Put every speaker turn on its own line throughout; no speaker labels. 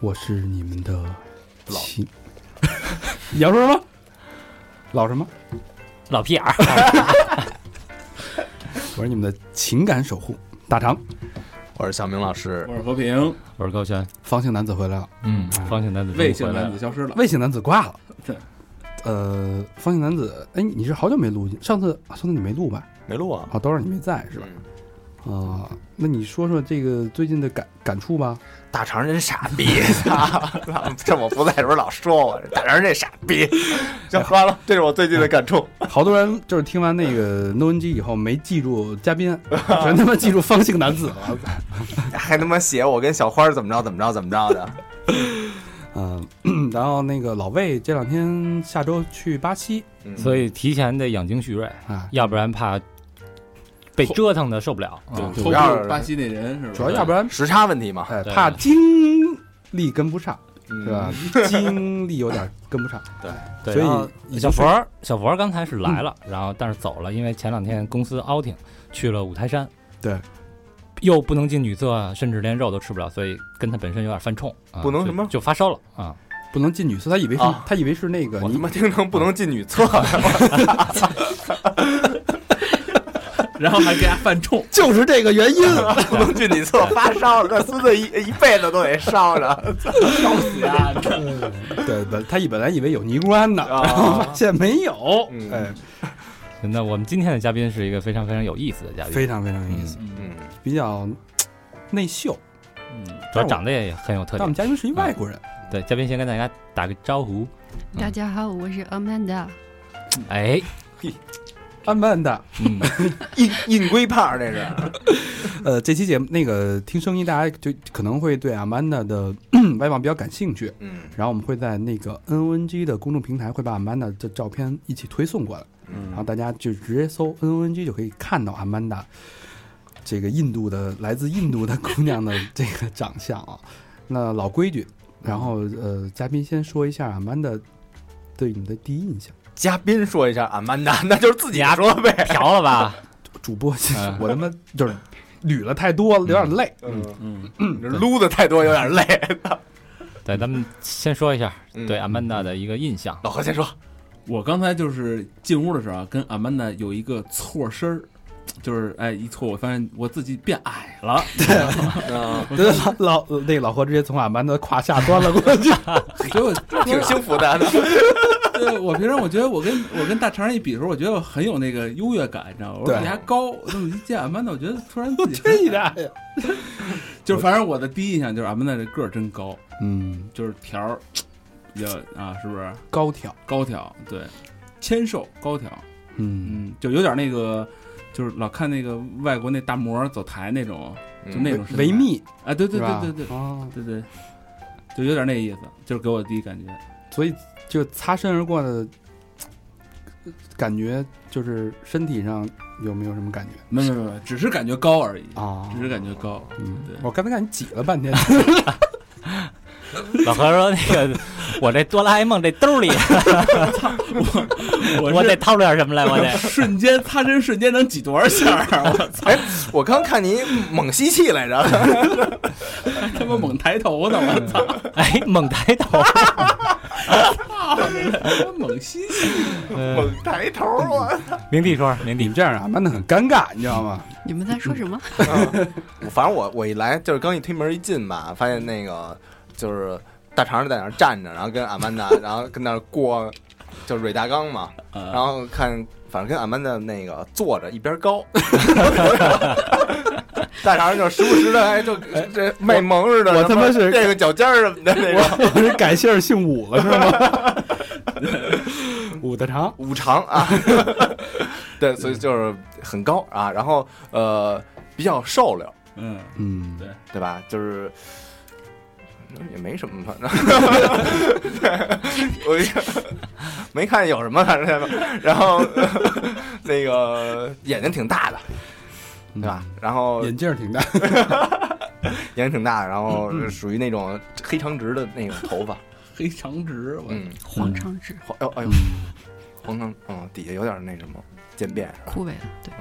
我是你们的
老
秦。 你要说什么？老什么？
老屁眼儿，
我是你们的情感守护大肠。
我是小明老师，
我是和平，
我是高轩，
方形男子回来了，
嗯，方形男子
魏
终于
姓
回来
男子
了，
消失了。
魏姓男子挂了。
对，
呃，方形男子，哎，你是好久没录，上次啊上次你没录吧？
没录啊，
好，都是你没在是吧？啊、那你说说这个最近的感感触吧？
大肠真傻逼， 趁我不在的时候老说我，大肠这傻逼。 行，完了，这是我最近的感触。
好多人 就是听完那个 No N G 以后没记住嘉宾，全他妈记住方姓男子了。
还他妈写我跟小花怎么着怎么着怎么着的，
嗯、 然后那个老魏这两天下周去巴西
嗯
所以提前得养精蓄锐，
啊，
要不然怕被折腾的受不了。
啊
对
偷
主要是
渡巴西那人是吧？
主要要不然
时差问题嘛，
哎
对
怕精力跟不上，
嗯
是吧？？ 精力有点跟不上，
对，
所以
然后
已经
小
是
佛儿小佛儿刚才是来了，然后但是走了，因为前两天公司 outing 去了五台山，
对，
又不能进女厕，甚至连肉都吃不了，所以跟他本身有点犯冲，啊
不能
就
什么
就发烧了啊。
不能进女厕。他以为是、
啊
他以为是那个
我
你，
他妈听成不能进女厕，
然后还给他犯冲
就是这个原因。
不能进女厕，发烧了，那孙子一一辈子都得烧着
烧死呀！
对，本他以本来以为有尼姑庵呢，
啊
发。现没有，
嗯
哎，
那我们今天的嘉宾是一个非常非常有意思的嘉宾，
非常非常有意思，
嗯，
比较嘖内秀。
主要长得也很有特
但我
点
们。嘉宾是一外国人，
对，嘉宾先跟大家打个招呼，
嗯
大家好，我是 Amanda。
哎，
安曼的。
嗯，
硬硬龟胖这是，
呃，这期节目那个听声音，大家就可能会对阿曼达的 咳外貌比较感兴趣。
嗯
然后我们会在那个 N O N G 的公众平台会把阿曼达的照片一起推送过来，然后大家就直接搜 N O N G 就可以看到阿曼达这个印度的来自印度的姑娘的这个长相啊。 那老规矩，然后呃，嘉宾先说一下阿曼达对你的第一印象。
嘉宾说一下，阿曼达，那就是自己说呗。
嫖了吧？
主播，
嗯
我他妈就是捋了太多了，有点累。
嗯，
嗯，
你这撸的太多有点累。
对，咱 们先说一下
嗯
对阿曼达的一个印象。
老何先说，
我刚才就是进屋的时候啊，跟阿曼达有一个错身儿，就是哎一错，我发现我自己变矮了，
嗯，
对老老那个老何直接从阿曼的胯下端了过去，
结果
挺幸 福的。啊
对，我平时我觉得我跟我跟大肠一比的时候，我觉得我很有那个优越感，你知道吗？我
对
比他高，那么一见阿曼达，我觉得突然自 己
真一大爷。
就是反正我的第一印象就是阿曼达这个儿真高，
嗯，
就是条儿比较啊，是不是
高挑，
高挑？对，纤瘦高挑，
嗯，
嗯，就有点那个，就是老看那个外国那大模走台那种，就
嗯
那种身材
维密，
啊，对对
是吧
对对对
哦，
对对，就有点那意思，就是给我第一感觉。
所以就擦身而过的呃感觉，就是身体上有没有什么感觉
没有没有没有，只是感觉高而已，
啊
只是感觉高。
嗯
哦对，
我刚才看你挤了半天，
老何说：“那个，我这哆啦 A 梦这兜里，
我
我得
这
掏出点什么来，我 得。
瞬间擦身瞬间能挤多少下儿啊？我操，
哎，我刚看你猛吸气来着，
他妈猛抬头呢！我操，”
哎，猛抬头，
他妈猛吸气。
呃
嗯
猛抬头啊！
明帝说：“明
你
帝
们，这样啊，曼的很尴尬，你知道吗？
你们在说什
嗯
么？
嗯
我 反正我我一来就是刚一推门一进吧，发现那个就是大肠在那儿站着，然后跟阿曼达，然后跟那儿过，就是蕊大纲嘛，
嗯
然
啊，
后看反正跟阿曼达那个坐着一边 高，大肠就时不时的哎就这卖萌似的，
我他妈
什么
是
这个脚尖儿什么的
哎
那种。
我 是改姓儿姓武了是 吗？武大长，
五常啊， 对，所以就是很高啊，然后呃比较瘦溜，
嗯，
嗯
对
对吧？就是也没什么，反正 我就没看有什么，反正然后那个眼睛挺大的，对吧？然后
嗯眼镜儿挺大，
眼睛挺大的，然后是属于那种黑长直的那种头发，
黑长直，我
嗯，
黄长直
黄哎呦
嗯
哎呦，黄长，嗯，底下有点那什么渐变，
枯萎了，对，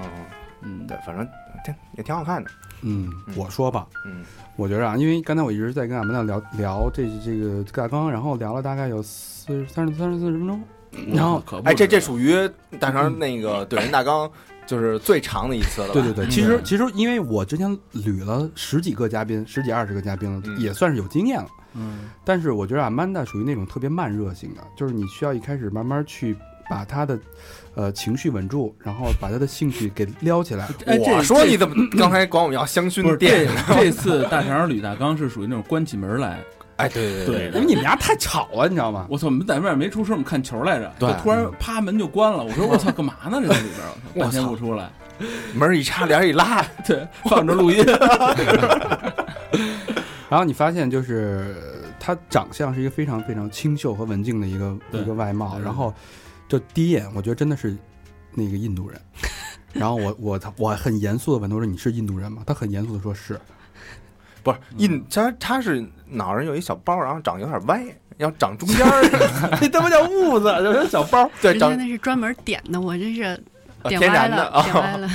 嗯，
嗯，
对，反正挺也挺好看的，
嗯，我说吧，
嗯
我觉着啊，因为刚才我一直在跟俺们俩聊聊这这个大纲，然后聊了大概有四三十三十四十分钟，然后
可不
哎，这
是
这属于大肠那个怼人大纲就是最长的一次了吧？
对对对，其实
嗯
其实因为我之前捋了十几个嘉宾，十几二十个嘉宾了，
嗯
也算是有经验了。
嗯
但是我觉得阿曼达属于那种特别慢热型的，就是你需要一开始慢慢去把他的呃情绪稳住，然后把他的兴趣给撩起来。
嗯
哎，这
我说
这
你怎么
嗯
刚才管我们要香
不
薰
是
店
这？这次大肠吕大刚是属于那种关起门来，
哎，对
对
因为你们俩太吵了，你知道吗？
我操，我们在外面没出声，我们看球来着，
对
就突然啪门就关了，我说我操，干嘛呢？这在里边，我操半天不出来，
门一插帘一拉，
对，放着录音，
然后你发现就是呃他长相是一个非常非常清秀和文静的一个
对
一个外貌，
对
然后就第一眼我觉得真的是那个印度人，然后我我他我很严肃的问他我说你是印度人吗？他很严肃的说是，
不是印他他是脑上有一小包，然后长有点歪，要长中间 儿，这他妈叫痦子，这是小包，对，
人家
长
那是专门点的，我这是
呃
点
天
歪
然的
了，点歪
啊，
了，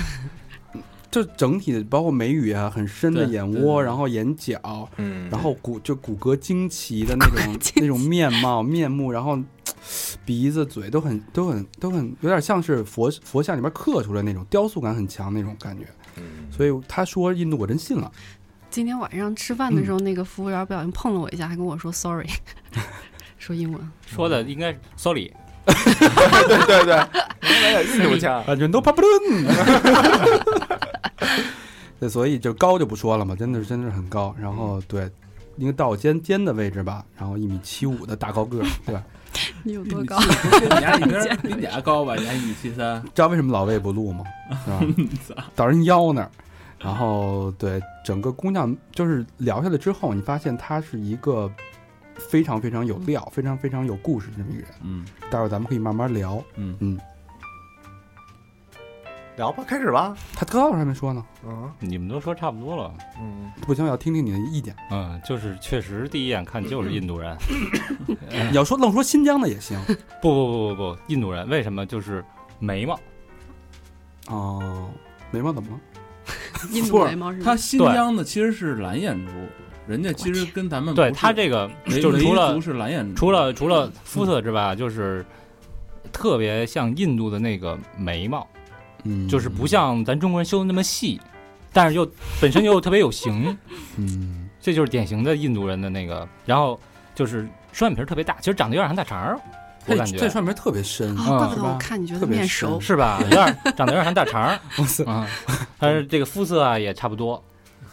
就整体的包括眉宇啊，很深的
对
眼
对
窝，
对
然后眼角，
嗯
然后骨就骨骼惊奇的那种
惊奇
那种面貌面目，然后嘖鼻子嘴都很都很都很有点像是佛佛像里面刻出来那种雕塑感很强那种感觉，
嗯
所以他说印度我真信了。
今天晚上吃饭的时候，那个服务员不小心碰了我一下，还跟我 说 sorry，说英文，
说的应该是 sorry，
对对 对，印度腔，
感觉都 o 不 伦。 对，所以就高就不说了嘛，真的是真的是很高。然后对，一个到我肩肩的位置吧，然后一米七五的大高个儿，对吧？
你有多高？
你家里边比你家高吧？你家一米七三，
知道为什么老魏不录 吗？是吧？到人腰那儿。然后对整个姑娘就是聊下来之后，你发现她是一个非常非常有
嗯
料、非常非常有故事的这么一个人。
嗯，
待会儿咱们可以慢慢聊。
嗯
聊吧，开始吧，
她刚还没说呢，
嗯
你们都说差不多了。
嗯，
不行，我要听听你的意见。
嗯，就是确实第一眼看就是印度人，嗯
你要说愣说新疆的也 行。
不不不不不，印度人为什么就是眉毛？
哦，眉毛怎么了？
印
不
度
是
眉毛是
他
吗？
新疆的其实是蓝眼珠，人家其实跟咱们
对
不是
他这个
维
就是除
维
了
族是蓝眼珠，
除了除了肤色之外啊，就是特别像印度的那个眉毛，
嗯，
就是不像咱中国人修的那么细，但是又本身又特别有型，
嗯，
这就是典型的印度人的那个。然后就是双眼皮儿特别大，其实长得有点像大肠儿，我
这
感觉
这上面特别深，
啊，
嗯
怪不得
是吧
我看你觉
特
得
别
面
深
熟，
是吧？有点儿长得有点像大肠儿，
哇塞！
嗯，但是这个肤色啊也差不多。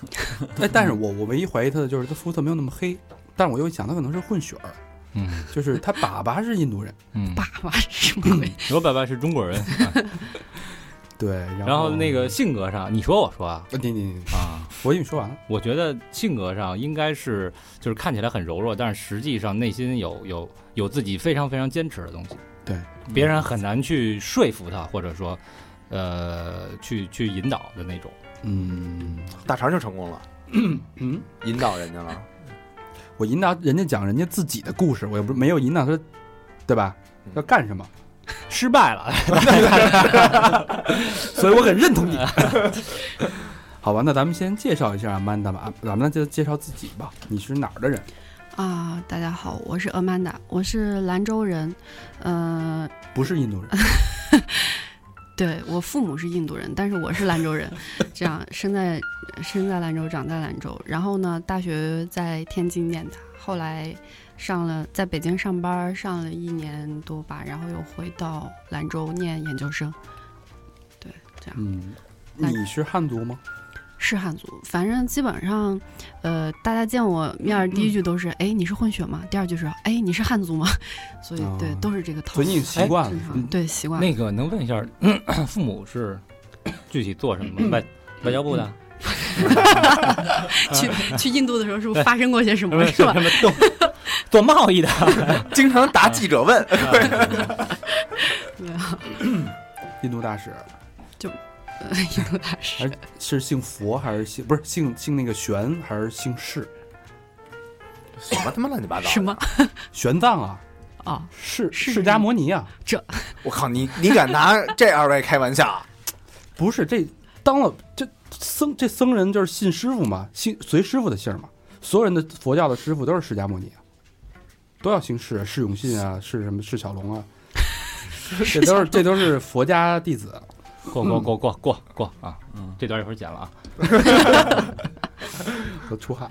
哎，但是我我唯一怀疑他的就是他肤色没有那么黑，但是我又想他可能是混血儿，
嗯
就是他爸爸是印度人，
嗯，
爸爸是什么
嗯
鬼？
我爸爸是中国人，嗯
对，然后
然后那个性格上，你说我说啊
呃你你你，
啊。
我以为你说完了，
我觉得性格上应该是就是看起来很柔弱，但是实际上内心有有有自己非常非常坚持的东西。
对，
别人很难去说服他，或者说，呃，去去引导的那种。
嗯
大肠就成功了，
嗯，
引导人家了，
我引导人家讲人家自己的故事，我也不是没有引导他，对吧？要干什么？
失败了，
所以我很认同 你。好吧，那咱们先介绍一下阿曼达吧，啊咱们就介绍自己吧。你是哪儿的人？
啊，大家好，我是 Amanda，我是兰州人，呃，
不是印度人，
对我父母是印度人，但是我是兰州人，这样生在生在兰州，长在兰州，然后呢，大学在天津念的，后来上了在北京上班，上了一年多吧，然后又回到兰州念研究生，
嗯，
那
你是汉族吗？
是汉族，反正基本上，呃，大家见我面儿第一句都是，哎，你是混血吗？第二句是，哎，你是汉族吗？所以对
哦，
都是这个套
所
路，
以你习惯了
正常，对，习 惯了。
那个能问一下，咳咳父母是具体做什么？外外交部的？
去去印度的时候，是不是发生过些 什
不
么？
是
嗯 是吧
什？么做做贸易的，
经常答记者问，哎
对，
印度大使
呃印度大使
还是姓佛还是姓不是姓姓那个玄还是姓释？
什么他妈乱七八糟的？
什么？
玄奘啊，
哦，
释
释
释迦摩尼啊，
我靠，你你敢拿这二位开玩笑？
不是这当了这僧这僧人就是信师傅嘛，信随师傅的姓嘛，所有人的佛教的师傅都是释迦摩尼啊，都要姓释，释永信啊，释什么释小龙啊，这都是这都是佛家弟子。
过过过过过过啊！
嗯
这段一会儿剪了啊。
和出汗。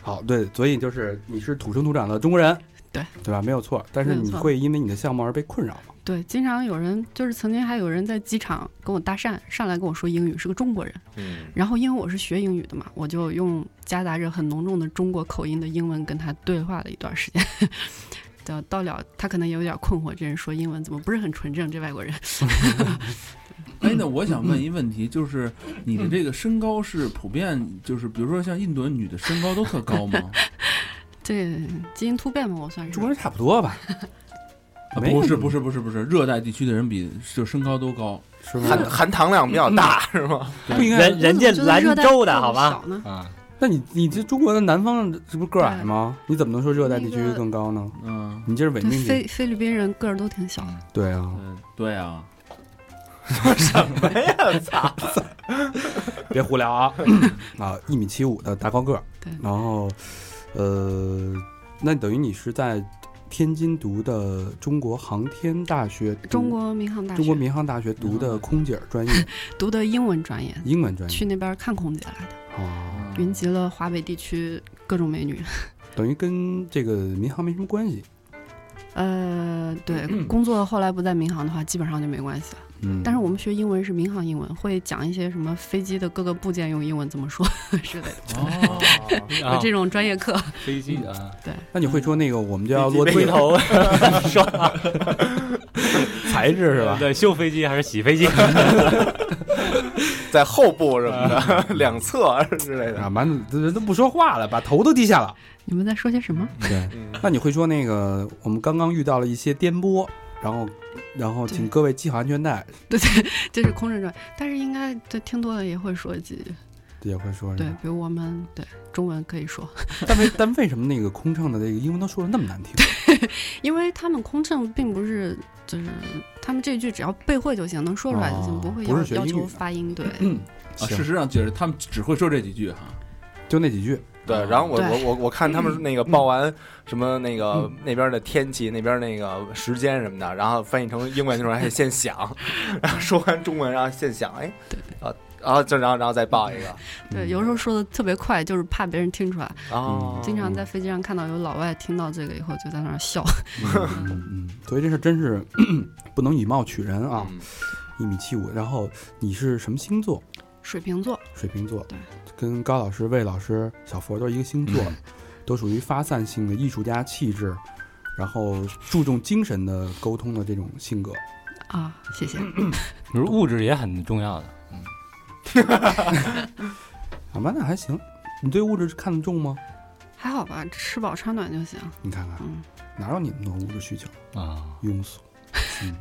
好，对，所以就是你是土生土长的中国人，
对嗯
对吧？没有错，但是
没有
你
错
会因为你的相貌而被困扰吗？
对，经常有人就是曾经还有人在机场跟我搭讪，上来跟我说英语，是个中国人。
嗯，
然后因为我是学英语的嘛，我就用夹杂着很浓重的中国口音的英文跟他对话了一段时间。 到到了，他可能也有点困惑，这人说英文怎么不是很纯正？这外国人，
哎，那我想问一问题，就是你的这个身高是普遍，就是比如说像印度人女的身高都特高 吗？
这基因突变嘛，我算是
中国人差不多吧？
啊
没
不是
有
不是不是不是，热带地区的人比就身高都高。
是
含
吗？
含糖量比较大
嗯
是 吗？
不应该
人。人家
我怎么觉得
兰
热带
州的
特别
好吧
小呢？
啊，
那你你这中国的南方这不是个儿矮吗？你怎么能说热带地区更高呢？
嗯，
你这是伪
对，
命
菲
题。
菲律宾人个儿都挺小的，
对啊，
嗯对啊，
哎
别胡聊啊！ 啊，一米七五的大高个儿
对，
然后呃，那等于你是在天津读的中国航天大学读，
中国民航大
嗯
学
中国民航大学读的空姐专 业，
读的英文专业，
英文专业
去那边看空姐来的，
啊，
嗯
云集了华北地区各种美女。
等于跟这个民航没什么关系。
呃，对，工作后来不在民航的话，基本上就没关系了。
嗯，
但是我们学英文是民航英文，会讲一些什么飞机的各个部件用英文怎么说之类的，
哦，
啊
有这种专业 课。
啊飞机啊，
那你会说那个我们就要落地
龟
了，
头说
材质 是吧？
对，修飞机还是洗飞机？
在后部什么的，两侧之类
啊，
的。
满脑子人都不说话了，把头都低下 了。
你们在说些什么？
对，
嗯
那你会说那个我们刚刚遇到了一些颠簸，然后然后请
对
各位系好安全带，
这是空乘专业，但是应该对听多了也会说几句。
也会说是
对
吧？，
比如我们对中文可以说，
但为但为什么那个空乘的这个英文都说的那么难听？
因为他们空乘并不是就是他们这句只要背会就行，能说出来就行，
哦
不会
不
要
是学
要
英语
求
的嗯
发音。对，
啊
行
事实上就是他们只会说这几句哈。
就那几句，
对，然后我
对嗯
我我我看他 们那个报完什么那个那边的天气，那边那个时间什么的，然后翻译成英文就说哎现 想，然后说完中文然后现想哎
对，
啊然后就然后然后再报一个，
对，
嗯
有时候说的特别快，就是怕别人听出来。
哦，
经常在飞机上看到有老外听到这个以后就在那儿笑。
嗯，所以这事儿真是不能以貌取人啊。
嗯
一米七五，然后你是什么星座？
水瓶座，
水瓶座
对，
跟高老师、魏老师、小佛都是一个星座，都属于发散性的艺术家气质，然后注重精神的沟通的这种性格。
啊，谢谢。
比如物质也很重要的。
阿曼啊达还行，你对物质看得重吗？
还好吧，吃饱穿暖就行。
你看看，
嗯，
哪有你那么多物质需求？
啊，
庸 俗。嗯。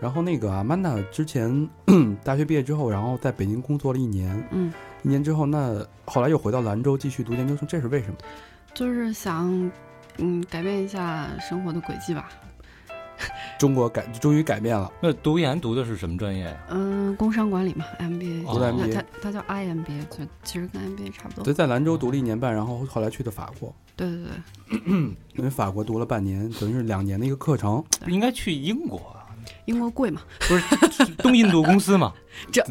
然后那个阿曼达之前 大学毕业之后，然后在北京工作了一年，
嗯，
一年之后，那后来又回到兰州继续读研究生，这是为什么？
就是想，嗯，改变一下生活的轨迹吧。
中国改终于改变了，
那读研读的是什么专业呀？
嗯，工商管理嘛，MBA，
读的
它
MBA
它它叫 IMBA，就其实跟 MBA 差不多。
所以在兰州读了一年半，然后后来去的法国，
对对对，
因为法国读了半 年，等于是两年的一个课程，
应该去英国啊，
英国贵嘛，
不是东印度公司嘛？
对，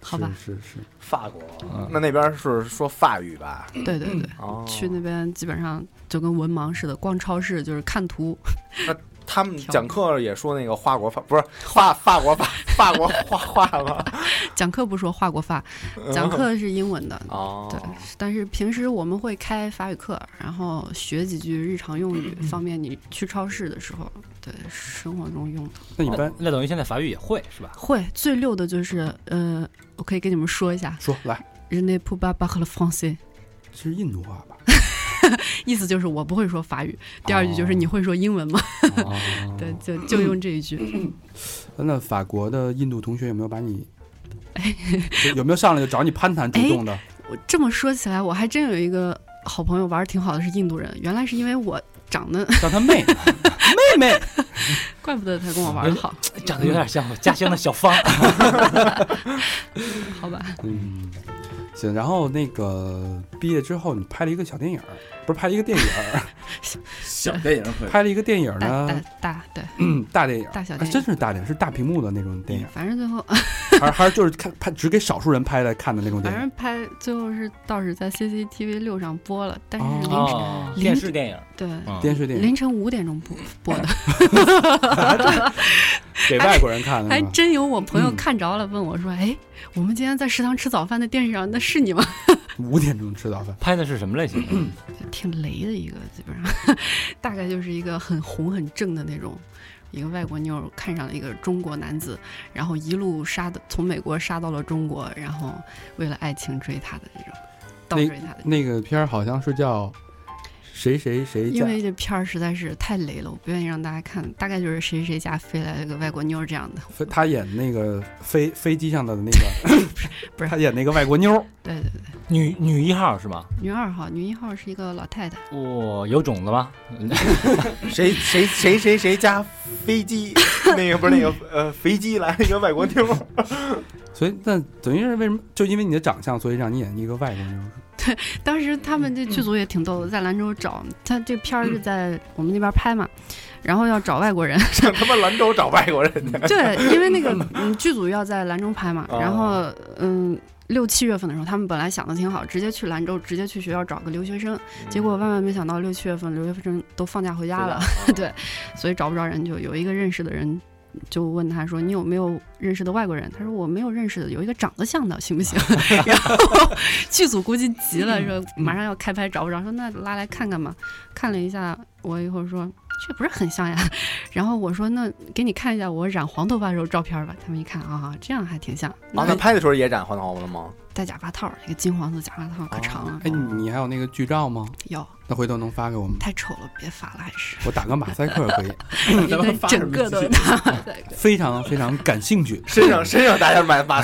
好吧？
是是是，
法国那那边是说法语吧？
对对对，
哦，
去那边基本上就跟文盲似的，逛超市就是看图，
他们讲课也说那个法国法不是法法国法 法国画画吗？
讲课不说画过发，讲课是英文的。
哦，
对，但是平时我们会开法语课，然后学几句日常用语，方便你去超市的时候，对生活中用的。
那一般
那等于现在法语也会是吧？
会最溜的就是，呃，我可以跟你们说一下
说来
r e n e p o u b a b a le français，
是印度话吧？
意思就是我不会说法语。 第二句就是你会说英文吗？
哦
对，就就用这一句。
那法国的印度同学有没有把 你，就有没有上来就找你攀谈主
哎
动的？
我这么说起来，我还真有一个好朋友玩的挺好的，是印度人。原来是因为我长得，
叫他妹妹妹，
怪不得他跟我玩的好，
长得有点像我家乡的小芳。
好吧？
嗯，行。然后那个毕业之后，你拍了一个小电影儿，不是拍了一个电影儿，
小电影可以。
拍了一个电影儿
大大
呢，
大，对，
嗯，大电影儿，
大小
啊
电影，
真是大电影，是大屏幕的那种电影
反正最后，
还是 还是就是看拍只给少数人拍来看的那种电
反
影。
正拍最后是倒是在 CCTV 六上播了，但是凌晨、
哦，
零
电视电影
对。
电视电影
凌晨五点钟播播的，
给外国人看的
还
是吧？
真有我朋友
嗯
看着了，问我说：“哎，我们今天在食堂吃早饭的电视上，那是你吗哎
五点钟吃早饭，
啊拍的是什么类型的？？”
挺雷的一个，基本上 大概就是一个很红很正的那种，一个外国妞儿看上了一个中国男子，然后一路杀的从美国杀到了中国，然后为了爱情追他的那种，倒追他的那种。
那个片儿好像是叫谁谁谁
因
在
为这片儿实在是太雷了，我不愿意让大家看。大概就是谁谁家飞来了个外国妞儿这样的，
飞他演那个飞飞机上的那个，
不是
他演那个外国妞儿，
对对对，
女女一号是吗？
女二号，女一号是一个老太太，
哇、哦有种子吗？
谁谁谁谁谁家飞机那个不是那个呃飞机来了一个外国妞，
所以那等于是为什么？就因为你的长相，所以让你演一个外国妞儿。
当时他们这剧组也挺逗的，在兰州找他这片儿是在我们那边拍嘛，然后要找外国人，
上他妈兰州找外国人去。
对，因为那个嗯剧组要在兰州拍嘛，
哦
然后嗯六七月份的时候，他们本来想的挺好，直接去兰州，直接去学校找个留学生，结果万万没想到六七月份留学生都放假回家了，对，所以找不着人就有一个认识的人。就问他说：“你有没有认识的外国人？”他说：“我没有认识的，有一个长得像的，行 不行？”然后剧组估计急了，
嗯
说马上要开拍找不着，说那拉来看看吧。看了一下，我以后说这不是很像呀。 然后我说那给你看一下我染黄头发时候照片吧。他们一看啊，这样还挺像。
啊，那拍的时候也染黄头发了吗？
戴假发套，一个金黄色假发套，
啊
可长了。
哎，你你还有那个剧照吗？
哟，
那回头能发给我吗？
太丑了，别发了，还 是
我打个马赛克可以，
应
咱
该
们发什
整
么
个
自
都
信
打在一个
非常非常感兴趣。
身 上身上大家买把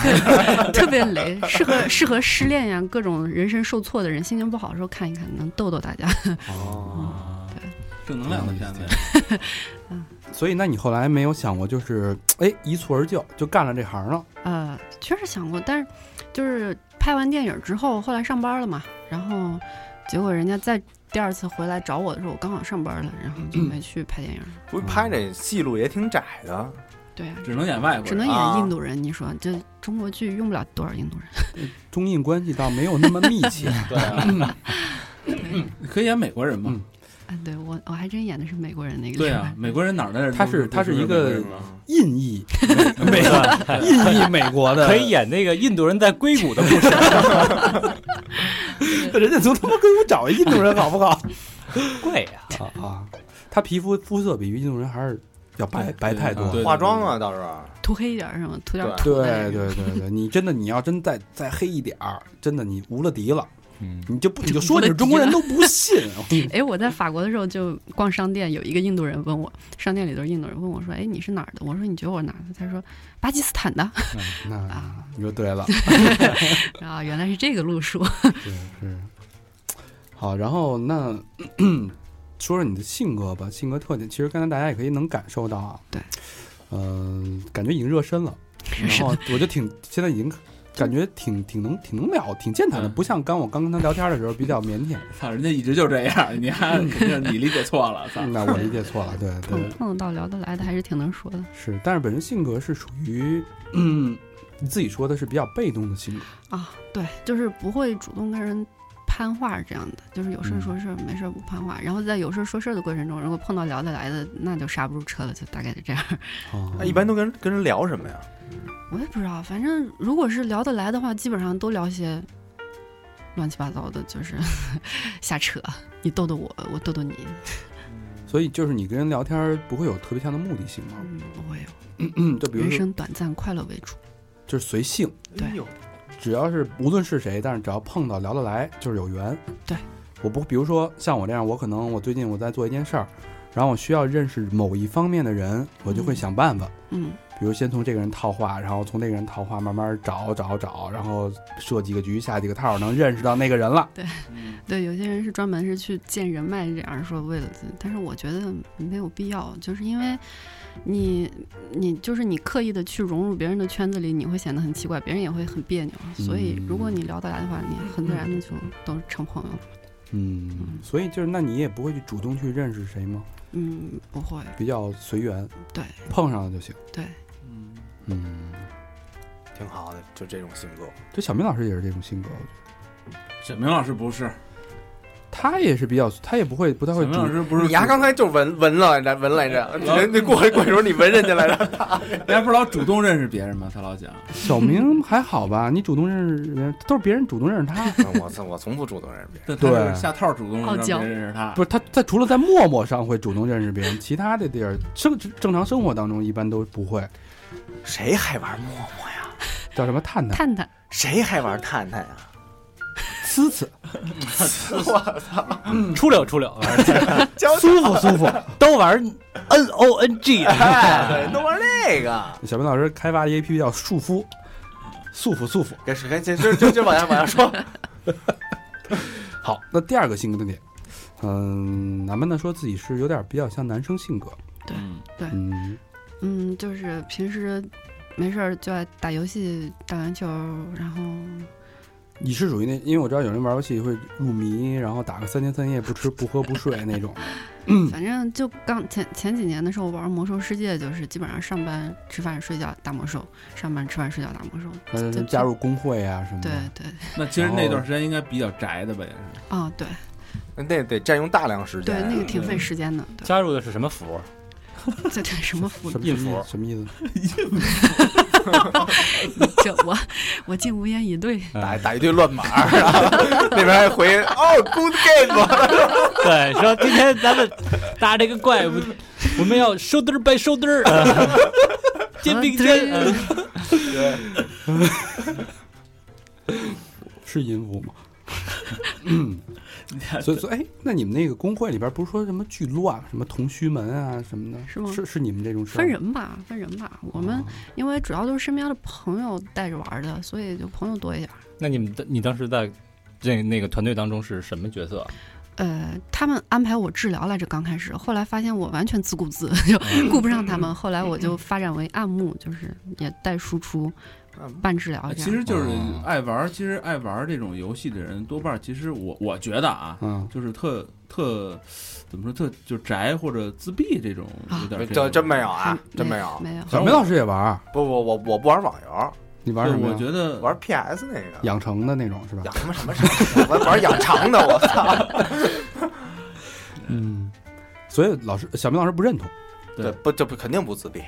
特别雷，适合适合失恋呀，各种人生受挫的人，心情不好的时候看一看，能逗逗大家。
正能量的片子呀，
所以，那你后来没有想过，就是哎一蹴而就，就干了这行了？
呃，确实想过，但是就是拍完电影之后，后来上班了嘛，然后结果人家再第二次回来找我的时候，我刚好上班了，然后就没去拍电影。
不是拍这戏路也挺窄的，
对呀、啊，
只能演外国
只
人
能。
啊
演印度人。你说这中国剧用不了多少印度人，
中印关系倒没有那么密切。
对啊，
可以演美国人吗？
啊，对我我还真演的是美国人那个。
对啊，，美国人哪儿的人都？
他是他是一个
美国人啊
印裔，
没 有，
印裔美国的
可以演那个印度人在硅谷的故事。
人家从他妈硅谷找一印度人好不好？
贵呀、
啊啊，他皮肤肤色比印度人还是要白
对
白太多。
对
化妆啊倒是。
涂黑一点儿是吗？涂点儿土的那
对
种。
对对对，你真的你要真再再黑一点儿，真的你无了敌了，
嗯，
你就不你就说你是中国人都不信。 我跟你
哎，我在法国的时候就逛商店，有一个印度人问我，商店里都是印度人，问我说：“哎，你是哪儿的？”我说：“你觉得我是哪儿的？”他说：“巴基斯坦的。
那你说对了，”
啊，原来是这个路数。
是是。嗯好，然后那 说说你的性格吧，性格特点。其实刚才大家也可以能感受到啊，
对，
嗯、感觉已经热身了，然后我就挺现在已经感觉挺挺能挺能聊，挺健谈的，
嗯
不像刚我刚跟他聊天的时候比较腼腆。
操，人家一直就这样，你还肯定你理解错了，操。
那我理解错了，对
碰
对
碰得到聊得来的，还是挺能说的。
是，但是本身性格是属于， 嗯，你自己说的是比较被动的性格，
啊，对，就是不会主动跟人攀攀话这样的，就是有事儿说事儿，没事儿不攀话。然后在有事儿说事儿的过程中，如果碰到聊得来的，那就刹不住车了，就大概就这样。 啊
哦
那一般都跟跟人聊什么呀？
我也不知道，反正如果是聊得来的话，基本上都聊些乱七八糟的，就是 瞎扯，你逗逗我，我逗逗你。
所以就是你跟人聊天儿不会有特别强的目的性吗？
嗯，我也
嗯，就比如
人
说
生短暂，快乐为主。
就是随性，
对
哎呦，
只要是无论是谁，但是只要碰到聊得来，就是有缘。
对，
我不比如说像我这样，我可能我最近我在做一件事儿，然后我需要认识某一方面的人，我就会
嗯
想办法，
嗯，
比如先从这个人套话，然后从那个人套话慢慢找找找，然后设几个局下几个套，能认识到那个人了。
对，有些人是专门是去见人脉，这样说为了自，但是我觉得没有必要，就是因为你你就是你刻意的去融入别人的圈子里，你会显得很奇怪，别人也会很别扭。所以如果你聊得来的话，你很自然的就都成朋友了。
嗯，所以就是那你也不会去主动去认识谁吗？
嗯，不会，
比较随缘，
对，
碰上了就行。
对，
嗯，
嗯，
挺好的，就这种性格。
这小明老师也是这种性格，我觉得
小明老师不是，
他也是比较，他也不会不太
小
会
明
主
老师不是，
你牙刚才就闻闻了来着，闻来着，那那过来过时候你闻人家来着，
人家不是老主动认识别人吗？他老讲，
小明还好吧？你主动认识人，都是别人主动认识他。
我操，我从不主动认识别人。
但他就是
对
下套主动
傲
让别
娇
人认识他
不。是他，他除了在陌陌上会主动认识别人，其他的地儿生正常生活当中一般都不会。
谁还玩陌陌呀？
叫什么探探、
探探
谁还玩探探呀？
呲呲、
出溜出 溜，
舒服舒服。
都玩 N O N G，
哎，对，都玩那个。
小明老师开发了一个 APP 叫束缚，束缚束缚。
该是该接就就就往下往下 说。
好，那第二个性格特点，嗯，南曼呢说自己是有点比较像男生性格，
嗯，
嗯，
嗯，就是平时没事儿就爱打游戏、打篮球，然后
你是属于那，因为我知道有人玩游戏会入迷，然后打个三天三夜不吃不喝不睡那种。
反正就刚前前几年的时候玩《魔兽世界》，就是基本上上班、吃饭、睡觉打魔兽，上班、吃饭、睡觉打魔兽。
呃
就，
加入工会啊什么的。
对对
那其实那段时间应该比较宅的吧，也是。
哦，对
那得占用大量时间。
对，那个挺费时间的。对，
加入的是什么服？
这这什么福
什么
利？
意
印
思
服？
什么意思？
这我我竟无言 以对。
打打一堆乱码儿，然后 那边还回哦，good game，
对，说今天咱们打这个怪物，我们要 shoulder by shoulder，肩并肩。
啊对
嗯
是音符 吗？
嗯
你看
所以所以哎，那你们那个工会里边不是说什么巨乱，什么同须门啊什么的，
是吗
是是你们这种事儿
分人吧，分人吧。我们
哦
因为主要都是身边的朋友带着玩的，所以就朋友多一点儿。
那你们你当时在这那个团队当中是什么角色？
呃，他们安排我治疗来着，刚开始，后来发现我完全自顾自， 就顾不上他
嗯
们。后来我就发展为暗幕，就是也带输出
嗯，
半治疗这
啊其
样。
实就是
哦
爱玩，其实爱玩这种游戏的人，多半儿其实我我觉得啊，
嗯，
就是特特怎么说特就宅或者自闭这种，有点儿
这
这种
真没有啊，真没
嗯没
有。
没有。
小明老师也玩儿，
不不，我我不玩网游，
你玩
对
什么
我
呀？
觉得
玩 PS 那个。
养成的那种是吧？
养什么什么什么？我玩养肠的，我操！
嗯，所以老师小明老师不认同，
对，不 这不肯定不自闭，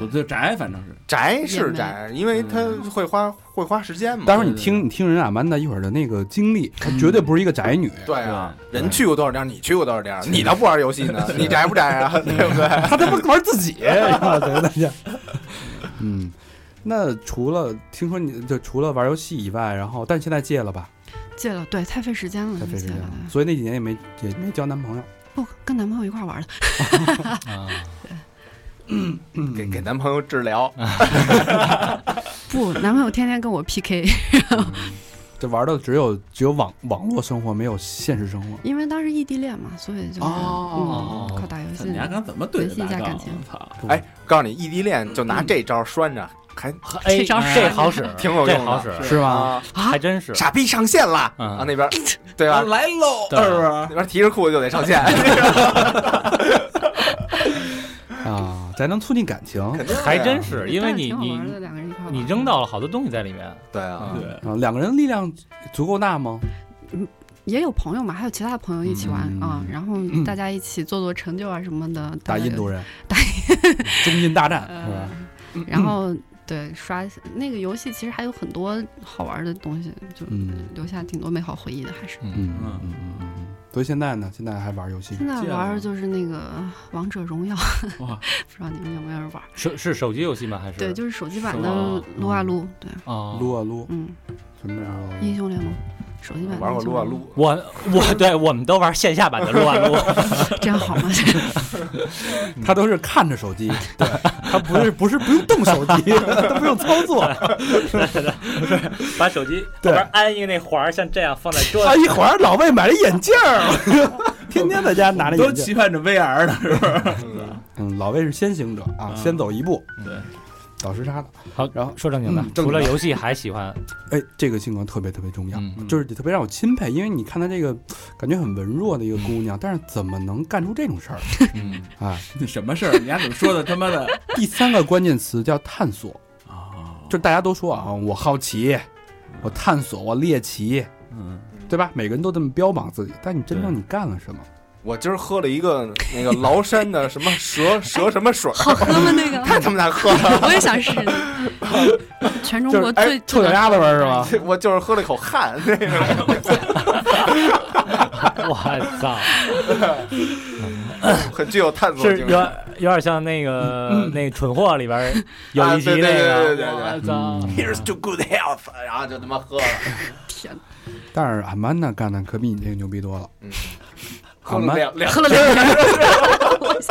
我就宅，反正是
宅是宅，因为他会花会花时间嘛。
待会儿你听你听人阿曼达一会儿的那个经历，她绝对不是一个宅女，
对啊，
对
人去过多少地儿，你去过多少地儿，你倒不玩游 戏呢，你宅不宅啊？对不对？
她 他妈玩自己，我操大家。 嗯，那除了听说你就除了玩游戏以外，然后但现在戒了吧？
戒了，对，太费时间了，
太费时
戒
间
了
嗯了，，所以那几年也没也没交男朋友。
不跟男朋友一块儿玩的。
啊，
嗯
给给男朋友治疗，
不，男朋友天天跟我 PK，
这玩的只有只有网网络生活，没有现实生活。
因为当时异地恋嘛，所以就是、
哦
嗯、靠打游戏
你还敢怎么对
维系一下感情
我啊操！
哎，告诉你，异地恋就拿这招拴着，还
哎
这招是
这好使，
挺有用的
这好使，
是吗？
啊，
还真是。
傻逼上线了
嗯
啊，那边对吧？
来喽，
对
是
那边提着裤子就得上 线，
啊，才能促进感情。
肯定的呀
还真是，因为
但是
你
挺好玩
你
的，两个人一块儿玩
你扔到了好多东西在里面，
对啊
不是？对，
啊，两个人力量足够大吗？
也有朋友嘛，还有其他的朋友一起玩
嗯
啊、然后大家一起做做成就啊什么的。
打
大家
印
有
度人，嗯
打
中印大战是
呃
吧？，
然后对刷那个游戏，其实还有很多好玩的东西，就
嗯
留下挺多美好回忆的。还是
嗯嗯嗯嗯嗯。所以现在呢，现在还玩游戏
现在
这样
玩
啊
的就是那个《王者荣耀》，
哇，
不知道你们有没有人玩？
是是手机游戏吗？还是
对，就是手机版
手
的
游啊
撸啊撸，对，
啊
撸啊撸，
嗯，
什么时候？
英雄联盟，手机版的
玩过
英雄
撸啊
联盟
撸，
我我对我们都玩线下版的撸啊撸，
这样好吗？
他都是看着手机，对他不是不是不用动手机， 他不用操作，
把手机
对
后
哎
边安一个那环儿，像这样放在桌
他
子。
一会儿老魏买了眼镜儿， 天天在家拿着
都
眼镜
期盼着 VR 呢。
儿。嗯，老魏是先行者啊，
嗯
先走一步，
对，
倒时差的。
好，
然后
说正经的
嗯，正
除了
经
游戏还喜欢，
哎，这个性格特别特别重要，
嗯，
就是特别让我钦佩，因为你看她这个感觉很文弱的一个姑娘，但是怎么能干出这种事儿
嗯
啊？
那 什么事儿？你还怎么说的？他妈的
第三个关键词叫探索，
啊，
就是大家都说啊，我好奇，我探索，我猎奇，
嗯，
对吧？每个人都这么标榜自己，但你真正
对
你干了什么？
我今儿喝了一个那个崂山的什么 蛇蛇什么水儿，
好喝吗？那个
太他妈难喝了。
我也想试试。全中国
就是哎
最
臭脚丫子味儿是吧？
我就是喝了一口汗， 那 个
我操，
很具有探索
是
精
有
神。
有点像那个那蠢货里边儿
嗯啊
有一集
对对
那个，
对对对对
我操，
Here's to good health，然后就他妈喝了，
天哪，
但是俺班呢干的可比你这个牛逼多了。
嗯喝
俺
了
班
两两
喝了两 瓶，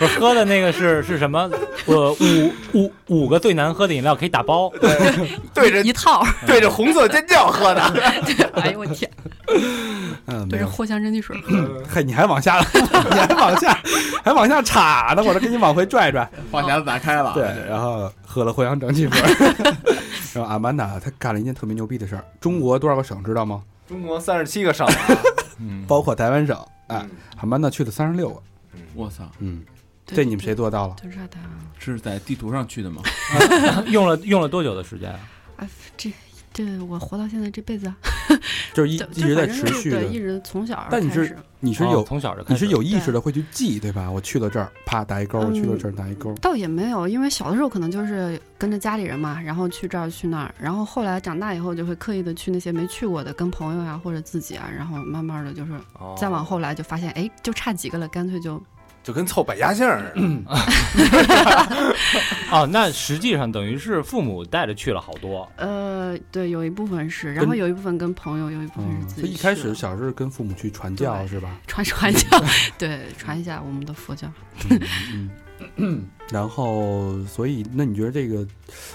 我喝的那个是是什么？我五五五个最难喝的饮料可以打包，
对着
一套。
对着红色尖叫喝的，
哎呦我天，
嗯，没
对啊
有
着藿香正 气水喝。
嘿，你还往下， 你还往下，还往下插呢，我这给你往回拽拽。
话匣子打开了。
对，然后喝了藿香正气水。 然后阿曼达她干了一件特别牛逼的事儿，中国多少个省知道吗？
中国三十七个省，啊
嗯，
包括台湾省。哎
啊
嗯，
阿曼达去了三十六个。
我操，
嗯，
对
这你们谁？做到了？
对对就是他，
是在地图上去的吗？
用了用了多久的时间啊？
哎，这这我活到现在这辈子啊，
就是一
就
一直在
就
持
反正就是
续
对，一
的，
直从小
但你
开
是
始
你
你
是有
哦从小就开
你
始
是有意识
对
的会去记，对吧？我去了这儿，啪打一勾；我去了这儿打一勾。
倒也没有，因为小的时候可能就是跟着家里人嘛，然后去这儿去那儿，然后后来长大以后就会刻意的去那些没去过的，跟朋友呀、或者自己啊，然后慢慢的就是
哦
哦
再往后来就发现，哎，就差几个了，干脆就
就跟凑百家姓儿似
嗯
的。
哦，那实际上等于是父母带着去了好多，
呃，对，有一部分是，然后有一部分跟朋友，有一部分
嗯
是，自
所
己去了。
以一开始嗯小时候跟父母去传教是吧？
传传教， 对，传一下我们的佛教。
嗯，嗯， 然后，所以，那你觉得这个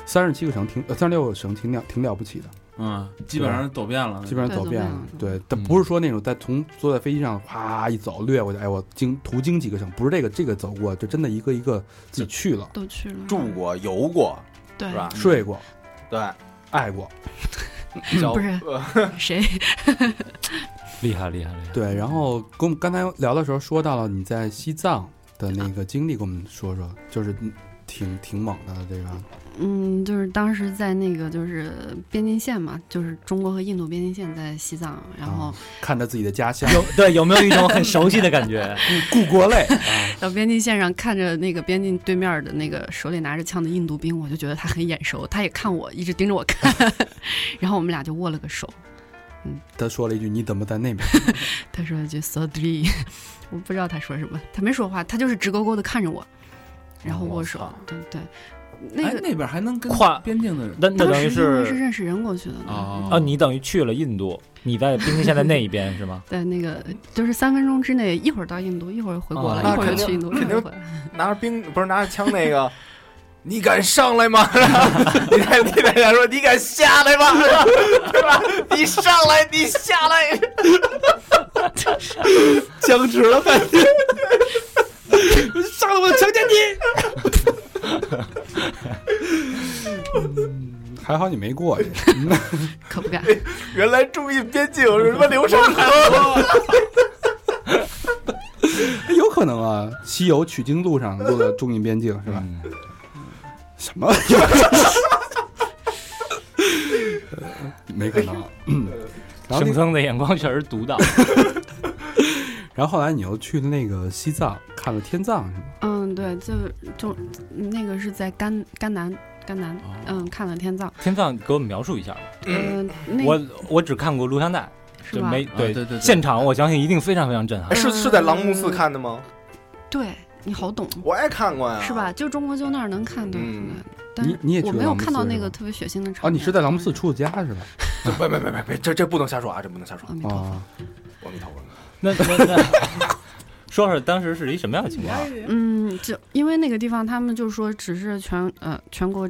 三十七个省挺，呃，三十六个省挺了挺了不起的，
嗯，基本上走遍了。哎
基本上
对
走遍
走遍
了
了。
对，但
嗯
不是说那种在从坐在飞机上哗一走掠过去，哎，我经途经几个省，不是这个这个走过，就真的一个一个自己去了，
都去了，
住过、游过，
对
是吧？
睡过，
对，
爱过，
小
不 是
呃
谁？
厉害厉害厉害。
对。然后跟我们刚才聊的时候说到了你在西藏的那个经历，跟我们说说，就是嗯挺挺猛的这个，
嗯，就是当时在那个就是边境线嘛，就是中国和印度边境线在西藏，然后
啊看着自己的家乡
有对有没有一种很熟悉的感 觉？
故国泪啊，
到边境线上看着那个边境对面的那个手里拿着枪的印度兵，我就觉得他很眼熟，他也看我，一直盯着我看， 然后我们俩就握了个手。
他说了一句：“你怎么在那边？”
他说了句 “so d r e 我不知道他说什么，他没说话，他就是直勾勾的看着我，然后握手。
我操
对对，那
哎，
个
那边还能跟
跨
边境的人
那那
当
等于
时因为是
是
认识人过去的呢
哦
哦，你等于去了印度，你在冰现在那一边是吗？
在那个就是三分钟之内，一会儿到印度，一会儿回国了，
哦
一会儿
那肯
又
定
去印度，一
肯
会
定
儿回来。
拿着兵不是拿着枪那个，你敢上来吗？ 你看你大家说你敢下来吗？ 是吧？你上来，你下来，
僵持了半 天。上了我强奸你！还好你没过去，
可 不敢。
原来中印边境是什么流啊畅河？
有可能啊。西游取经路上落到中印边境
嗯
是吧？什么？ 没可能。 然后
圣
那
僧的眼光确实独到。
然后后来你又去了那个西藏，看了天葬是吗？
嗯，对，就就那个是在甘甘南甘南，
哦
嗯，看了天葬，
天放给我们描述一下吧，
嗯、那
我我只看过录像带，
是
就
吧？
没
啊对对对
现场，我相信一定非常非常震撼
哎，。是是在郎木寺看的吗？
对你好懂，
我也看过呀，
是
啊
吧？？就中国就那儿能看到，
嗯
对但是
你也去
我没有
朗姆
看到
寺
那
是
个
吧
特别血腥的场面。
啊，你是在郎木寺出的家是吧？
这别别别别别，这这不能瞎说啊，这不能瞎说
阿，弥陀佛。
啊，
我
嗯
没头发。
那那那， 说说当时是一什么样的情 况？啊
嗯，就因为那个地方，他们就说只是全呃全国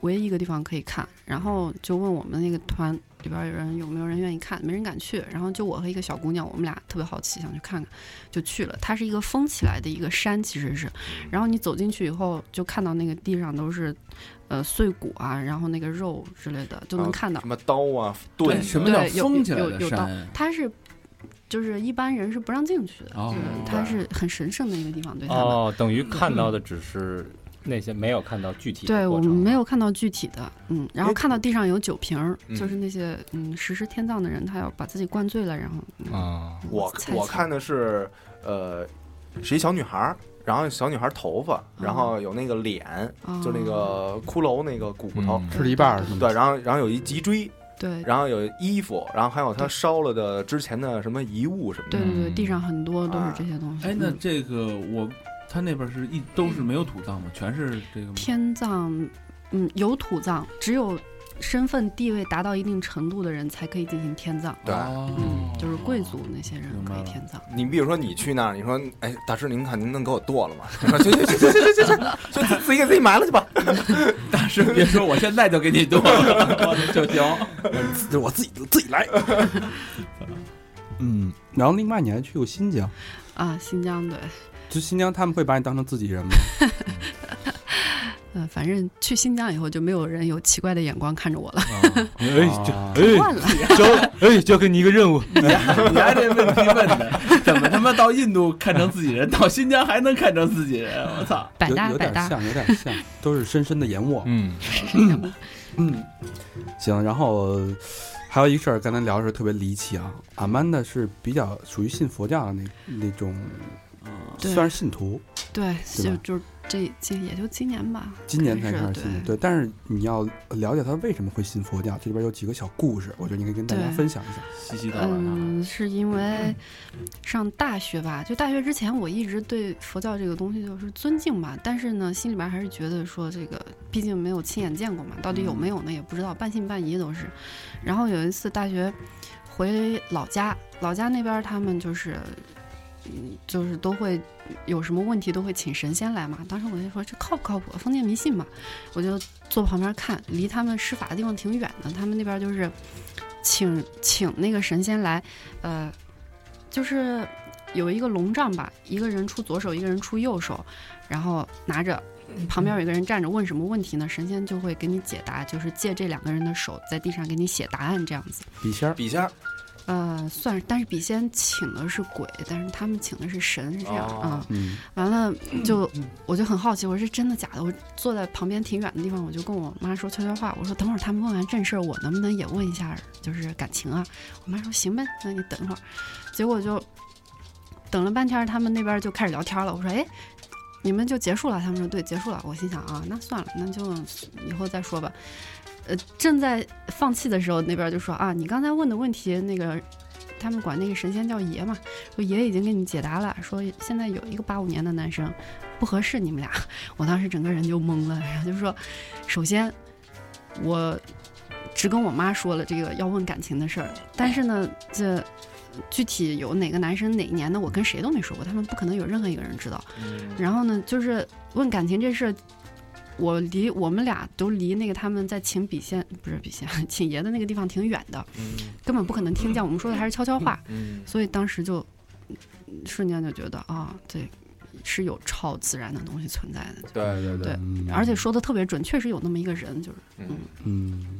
唯一一个地方可以看，然后就问我们那个团里边有人有没有人愿意看，没人敢去，然后就我和一个小姑娘，我们俩特别好奇，想去看看，就去了。它是一个封起来的一个山，其实是，然后你走进去以后，就看到那个地上都是呃碎骨啊，然后那个肉之类的，就能
啊
看到。
什么刀啊、盾啊，
对，什么叫
对有
封起来
有
的
有道
山？
它是就是一般人是不让进去的，
哦
嗯它是很神圣的一个地方，对他们。
哦，等于看到的只是那些没有看到具体的
对我
过
们
程
没有看到具体的，嗯，然后看到地上有酒瓶儿，
嗯
就是那些嗯实施天葬的人，他要把自己灌醉了，然后嗯
啊，
我
猜
我
测
看的是，呃，是一小女孩儿，然后小女孩儿头发，然后有那个脸，
哦
就那个骷髅那个骨头，
嗯
吃了一半儿是吗？
对，然后然后有一脊椎，
对
然后有衣服，然后还有她烧了的之前的什么遗物什么的
对。对对，
嗯
地上很多都是这些东西。
哎，那
嗯
这个我他那边是一都是没有土葬吗？全是这个吗？
天葬，嗯，有土葬，只有身份地位达到一定程度的人才可以进行天葬，
对
哦
嗯就是贵族那些人
明白
可以
了
天葬。
你比如说，你去那儿，你说，哎，大师，您看您能给我剁了吗？ 你说去去去去去去去，就自自己给自己埋了去吧。
大师，别说，我现在就给你剁了就行。
就我自己自己来。 嗯，然后另外你还去过新疆，
啊，新疆对，
就新疆他们会把你当成自己人吗？
嗯、反正去新疆以后就没有人有奇怪的眼光看着我了，
嗯 哎
啊
惯了。
交哎交给你一个任务，
你还这问题问的，怎么他妈到印度看成自己人，到新疆还能看成自己人？我操！
百
有
搭
有
百
点
搭，
像，有点像，都是深深的研磨。
嗯，
嗯，行，然后还有一个事儿，刚才聊的时候特别离奇啊。阿曼达是比较属于信佛教的那那种，虽
对
然是信徒，
对，
对
就
吧
就是这今也就今年吧，
今年才
开
开
始
始信的，对。但是你要了解他为什么会信佛教，这里边有几个小故事，我觉得你可以跟大家
对
分享一下。
稀稀叨叨。
嗯，是因为上大学吧，就大学之前，我一直对佛教这个东西就是尊敬吧，但是呢，心里边还是觉得说这个，毕竟没有亲眼见过嘛，到底有没有呢也不知道，半信半疑都是。然后有一次大学回老家，老家那边他们就是。嗯，就是都会有什么问题都会请神仙来嘛。当时我就说这靠不靠谱，封建迷信嘛。我就坐旁边看，离他们施法的地方挺远的，他们那边就是请请那个神仙来，呃，就是有一个龙杖吧，一个人出左手，一个人出右手，然后拿着。旁边有一个人站着，问什么问题呢？神仙就会给你解答，就是借这两个人的手在地上给你写答案这样子。
笔仙儿，
笔仙儿，
呃，算是，但是笔仙请的是鬼，但是他们请的是神，是这样啊、
哦
嗯，
嗯完了就我就很好奇，我说这真的假的？我坐在旁边挺远的地方，我就跟我妈说悄悄话，我说等会儿他们问完正事儿，我能不能也问一下就是感情啊？我妈说行呗，那你等会儿。结果就等了半天，他们那边就开始聊天了。我说哎，你们就结束了？他们说对，结束了。我心想啊，那算了，那就以后再说吧。呃，正在放弃的时候，那边就说啊，你刚才问的问题那个。他们管那个神仙叫爷嘛，说爷已经给你解答了，说现在有一个八五年的男生不合适你们俩。 我当时整个人就懵了，然后就说，首先我只跟我妈说了这个要问感情的事儿，但是呢，这具体有哪个男生哪一年的，我跟谁都没说过，他们不可能有任何一个人知道。然后呢，就是问感情这事儿。我离我们俩都离那个他们在请笔仙不是笔仙， 请爷的那个地方挺远的，根本不可能听见。我们说的还是悄悄话，
嗯，
所以当时就嗯瞬间就觉得啊，这是有超自然的东西存在的，
对对对，
对
嗯
而且说的特别准，确实有那么一个人，就是
嗯，
嗯，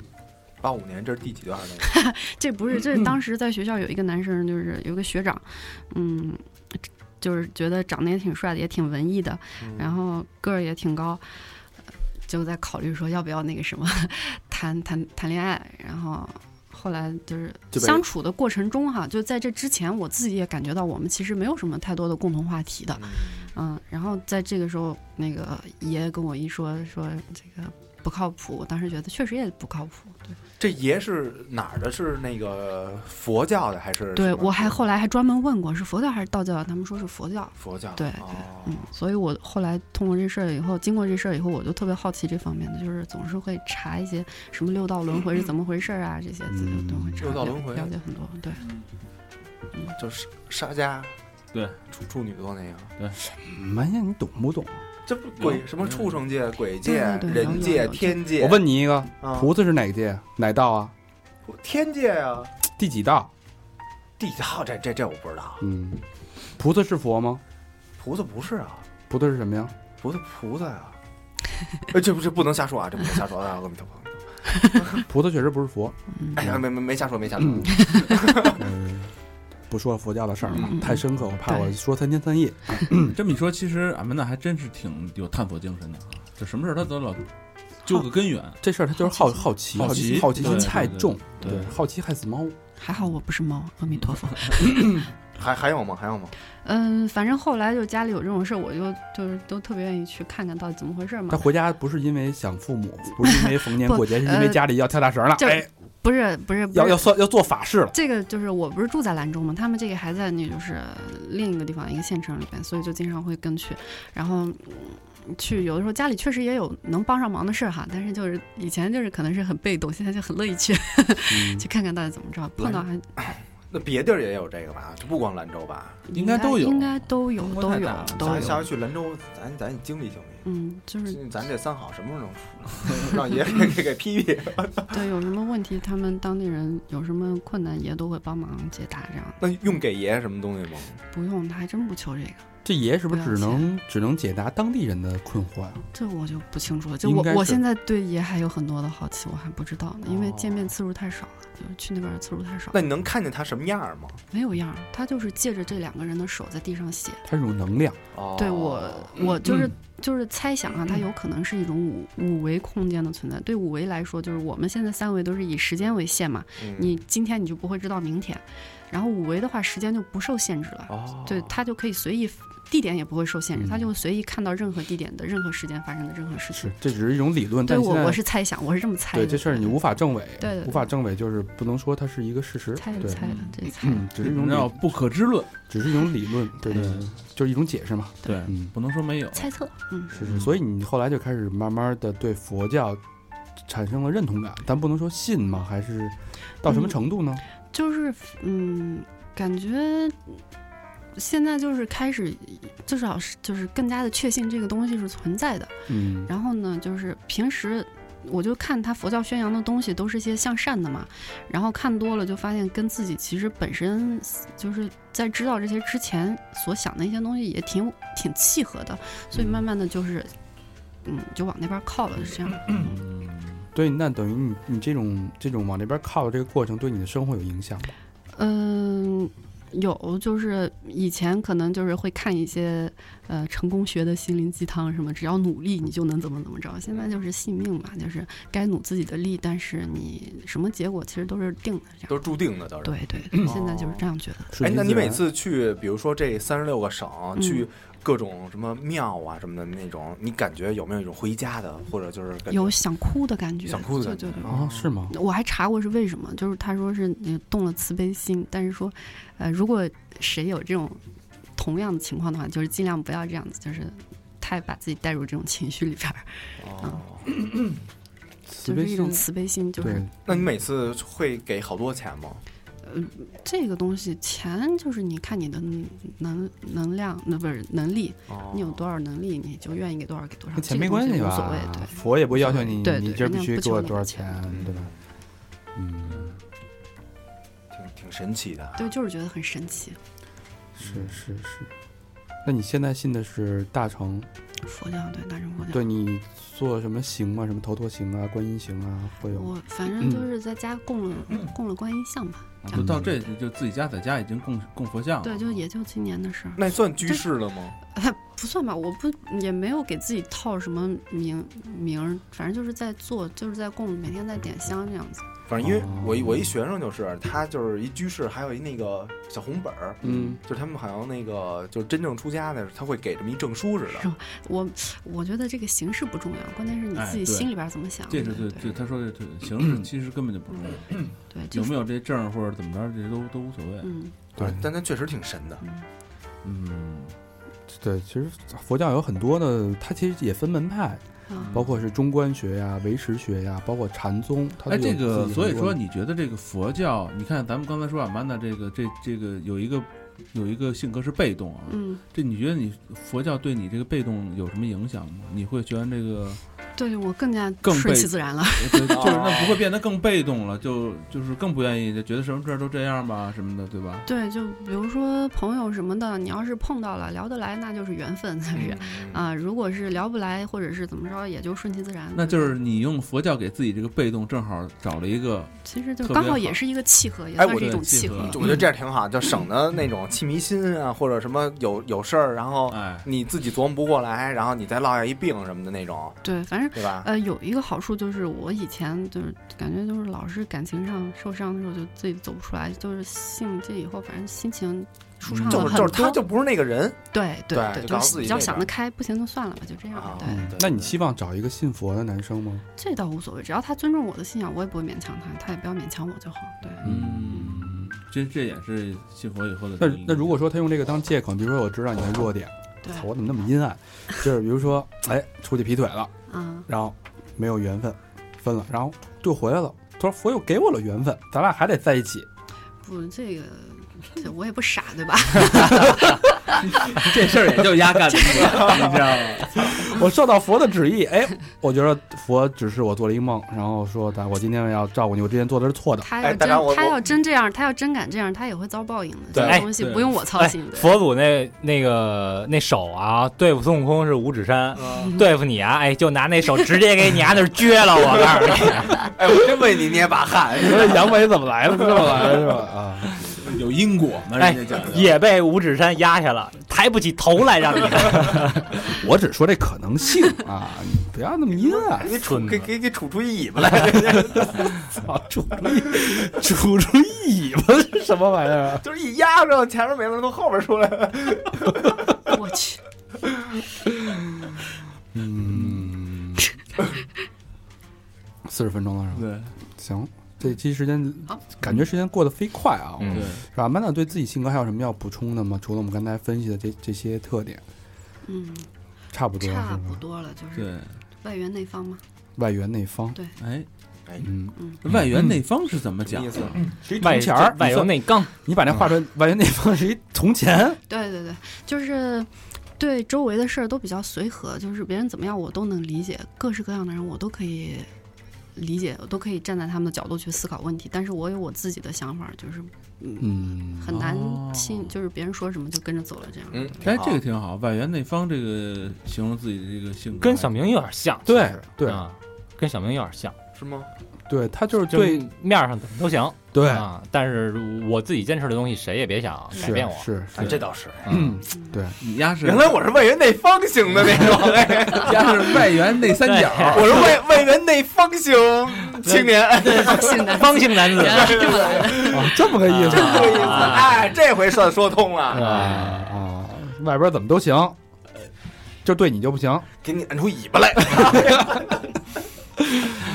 八五年这是第几 段儿那个？
这不是这是当时在学校有一个男生，就是有一个学长，嗯，就是觉得长得也挺帅的，也挺文艺的，然后个儿也挺高。就在考虑说要不要那个什么 谈谈谈恋爱，然后后来就是
就被
相处的过程中哈，就在这之前，我自己也感觉到我们其实没有什么太多的共同话题的，嗯，然后在这个时候，那个爷跟我一说说这个不靠谱，我当时觉得确实也不靠谱，对。
这爷是哪儿的？是那个佛教的还是什么？
对我还后来还专门问过是佛教还是道教，他们说是佛教。
佛教
对对
哦
嗯，所以我后来通过这事儿以后，经过这事儿以后，我就特别好奇这方面的，就是总是会查一些什么六道轮回是怎么回事儿啊，这些自己都会查
嗯六道
了
轮回
了解很多。对，
就是沙家，
对
处处女座那个，
蛮呀，你懂不懂？
这不鬼
有
什么
有
畜生界、鬼界、
对对对
人
有有
界、
有
天界。
我问你一个，
啊，
菩萨是哪个界？哪道啊？
天界啊，
第几道？
地道这这这我不知道。
嗯，菩萨是佛吗？
菩萨不是啊，
菩萨是什 么呀？
菩萨菩萨啊。哎，这不这不能瞎说啊，这不能瞎说啊！阿弥陀佛，
菩萨确实不是佛。
哎呀，没没没瞎说，没瞎说。
嗯，呃不说佛教的事儿了
嗯嗯，
太深刻，我怕我
对
说三天三夜。
嗯这么一说，其实俺们那还真是挺有探索精神的啊，就什么事儿他都老究个根源。
这事儿他就是好好奇，
好
好
奇
好奇心
对
太重，
对对对
好奇害死猫。
还好我不是猫，阿弥陀
嗯
佛。
还还有吗？还有吗？
嗯，反正后来就家里有这种事儿，我就就是都特别愿意去看看到底怎么回事儿嘛
他。回家不是因为想父母，不是因为逢年
嗯 不
过节，是因为
呃
家里要跳大绳了，
就是
哎，
不是不是不
要
是
要，算要做法事了。
这个就是我不是住在兰州嘛，他们这个还在那就是另一个地方一个县城里边，所以就经常会跟去，然后。嗯去有的时候家里确实也有能帮上忙的事儿哈，但是就是以前就是可能是很被动，现在就很乐意去
嗯
去看看到底怎么着，碰到还
那别地儿也有这个吧？不光兰州吧？
应该都有
应该都有
中国
都
太
有
大了
都
咱
有，
下回去兰州，咱咱经历经历。
嗯，就是
咱这三好什么时候能出？ 让爷给给给批批。
对有什么问题，他们当地人有什么困难也都会帮忙解答，这样
那用给爷什么东西吗？
不用他还真不求这个，
这爷是不是
不要
只能只能解答当地人的困惑啊呀？
这我就不清楚了。就
应
我
该
我
是
现在对爷还有很多的好奇，我还不知道呢，因为
哦
见面次数太少了，就是去那边的次数太少
那，你能看见他什么样吗？
没有样儿。他就是借着这两个人的手在地上写。
它是一种能量，
哦嗯
对我，我就是就是猜想啊，它有可能是一种五五维空间的存在。对五维来说，就是我们现在三维都是以时间为限嘛，
嗯
你今天你就不会知道明天，然后五维的话，时间就不受限制了。
哦，
对，它就可以随意，地点也不会受限制，它
嗯
就会随意看到任何地点的任何时间发生的任何事情
是。这只是一种理论，
对
但
我
现
我
在
是猜想，我是这么猜的。
对这事儿你无法证伪，
对对对
无法证伪就是不能说它是一个事实，
猜的
对，
猜的，这猜的
嗯，只是一种
叫
理，
不可知论，
只是一种理论，对对，对就是一种解释嘛，
对，
嗯，
不能说没有。
猜测，嗯，
是是，所以你后来就开始慢慢的对佛教产生了认同感，但不能说信嘛，还是到什么
嗯
程度呢？
就是嗯，感觉现在就是开始，至少是就是更加的确信这个东西是存在的。
嗯，
然后呢，就是平时我就看他佛教宣扬的东西都是些向善的嘛，然后看多了就发现跟自己其实本身就是在知道这些之前所想的一些东西也挺挺契合的，所以慢慢的就是。嗯，就往那边靠了，是这样。
对，那等于你你这种这种往那边靠的这个过程，对你的生活有影响吗？
哎
嗯，有，就是以前可能就是会看一些呃成功学的心灵鸡汤什么，只要努力你就能怎么怎么着。现在就是信命吧，就是该努自己的力，但是你什么结果其实都是定的，这样。
都是注定的，都是。
对对，对现在就是这样觉得。
顺
哎，
其
那你
自然
每次去，比如说这三十六个省，
嗯
去各种什么庙啊什么的那种，你感觉有没有一种回家的，或者就是感觉
有想哭的感觉，
想哭的
就
感觉
就
啊
啊，是吗？
我还查过是为什么，就是他说是你动了慈悲心，但是说，呃，如果谁有这种同样的情况的话，就是尽量不要这样子，就是太把自己带入这种情绪里边儿，
哦？
慈
就是
悲
一种
心，
慈悲心，就是
对，
那你每次会给好多钱吗？
这个东西，钱就是你看你的能能量，那不是能力，
哦
你有多少能力，你就愿意给多少给多少，
跟钱
这个
没
东
关
西
系
无
吧？
所谓，对。
佛也不要求你，
对对
你今儿
人家
必须
不
给
求
我
那
多
个
少
钱
钱，对吧？嗯，
挺挺神奇的。
对，就是觉得很神奇，
是是是。那你现在信的是大乘？
佛教对大乘佛教。
对你做什么行吗？什么头陀行啊、观音行啊，会有吗？
我反正就是在家供了、供了观音像吧，
啊就到这就自己家在家已经供供佛像了，
对，就也就今年的事儿。
那算居士了吗？
不算吧，我不也没有给自己套什么名名儿，反正就是在做，就是在供，每天在点香这样子。
反正因为
哦
我一我一学生就是他就是一居士，还有一那个小红本儿，
嗯，
就是他们好像那个就是真正出家的时候，他会给这么一证书似的
是。我我觉得这个形式不重要，关键是你
哎
自己
对
心里边儿怎么想。
这
对
是对
对
对，他说的对，形式其实根本就不重要，
对，就
有
是
没有这证儿或者怎么着，这些都都无所谓。
嗯，
对
但他确实挺神的。
嗯，
对，其实佛教有很多的，它其实也分门派，
啊，
包括是中观学呀、唯识学呀，包括禅宗。它
哎，
都有
这
自己
个
很多
所以说，你觉得这个佛教，你看咱们刚才说阿曼达这个这这个有一个有一个性格是被动啊，
嗯，
这你觉得你佛教对你这个被动有什么影响吗？你会觉得这个
对我更加
更
顺
被
其自然了。
对就是那不会变得更被动了，就就是更不愿意，就觉得什么事儿都这样吧什么的，对吧？
对，就比如说朋友什么的，你要是碰到了聊得来，那就是缘分，才
嗯
是啊。如果是聊不来，或者是怎么着，也就顺其自然。
那就是你用佛教给自己这个被动，正好找了一个
其实就
特别
刚好
好
也是一个契合，也
哎
算
我
是一
对
种
契
契
合
合。
我觉得这样挺好，就省得那种气迷心啊，或者什么有有事儿，然后
哎，
你自己琢磨不过来，然后你再落下一病什么的那种，
对，反正
对吧？
呃，有一个好处就是，我以前就是感觉就是老是感情上受伤的时候，就自己走不出来。就是信这以后，反正心情舒畅
嗯就
了
是
很
就
多。
是他就不是那个人
对
对
对，
就告
就
诉自
是
己
比较
这
想
个
得开，不行就算了吧，就这样。
啊
对，
嗯
对
那你希望找一个信佛的男生吗？
这倒无所谓，只要他尊重我的信仰，我也不会勉强他，他也不要勉强我就好。对，
嗯，这这也是信佛以后的
那
这个
那如果说他用这个当借口，比如说我知道你的弱点，
对
操，我怎么那么阴暗？就是比如说，哎，出去劈腿了，
嗯，
然后没有缘分，分了，然后又回来了。他说佛又给我了缘分，咱俩还得在一起。
不，这个这我也不傻，对吧？
这事儿也就压 干的，你知道吗？
我受到佛的旨意，哎，我觉得佛只是我做了一个梦，然后说，但我今天要照顾你，我之前做的是错 的。
他
哎
要
大
真、
家我
他
我
要真这样，他要真敢这样，他也会遭报应的。
对
这
哎
个东西
对
不用我操心。对
佛祖那那个那手啊，对付孙悟空是五指山，
嗯
对付你啊，哎，就拿那手直接给你啊那儿撅了，我告诉你，
啊
哎，我真为你捏把 汗。
你说阳痿怎么来的？这么来的是吧？啊，
有因果 嘛，人家讲
哎
的。
也被五指山压 下了，抬不起头来让你看。
我只说这可能性啊，你不要那么阴暗。
给杵
蠢
给
的
给给杵出一尾巴来，
啊，杵出一杵出一尾巴是 什么玩意儿啊？
就是一压着前面没了，从后边出来了。
我去，
嗯，四十分钟了是吧？
对
行，这期时间
好
感觉时间过得飞快啊。
嗯
对，
是吧？曼娜对自己性格还有什么要补充的吗？除了我们刚才分析的这这些特点，
嗯，
差不多是
差
吧？
不多了，就是
对，
外圆内方嘛。
外圆内方，
哎，
嗯，
外圆内方是怎么讲嗯
什么意
的？
是一
外
铜钱儿，
外
你
柔
算
内嗯刚，
你把那画成外圆内方是一铜钱，
对对对，就是对周围的事儿都比较随和，就是别人怎么样我都能理解，各式各样的人我都可以理解，我都可以站在他们的角度去思考问题。但是我有我自己的想法，就是嗯，
嗯，
很难
哦
信，就是别人说什么就跟着走了这样。
嗯，
哎，这个挺好，外圆内方这个形容自己的这个性格，
跟小明有点像，
对对
啊，跟小明有点像，
是吗？
对，他就是
就
对
面上怎么都行，
对，
啊，但是我自己坚持的东西，谁也别想改
是
变我，啊
是
哎，这倒是。
嗯，
嗯
对
你丫 是
原来我是外圆内方型的那种， 哎
丫是外圆内三角，
我是外外圆内方型青 年，
嗯
性的
方姓男子，
原 来是这么来的。
对啊，这么个意思
这个意思。
啊
哎，这回算说通
啊
了，
啊，外边怎么都行，就对你就不行。
给你摁出尾巴来。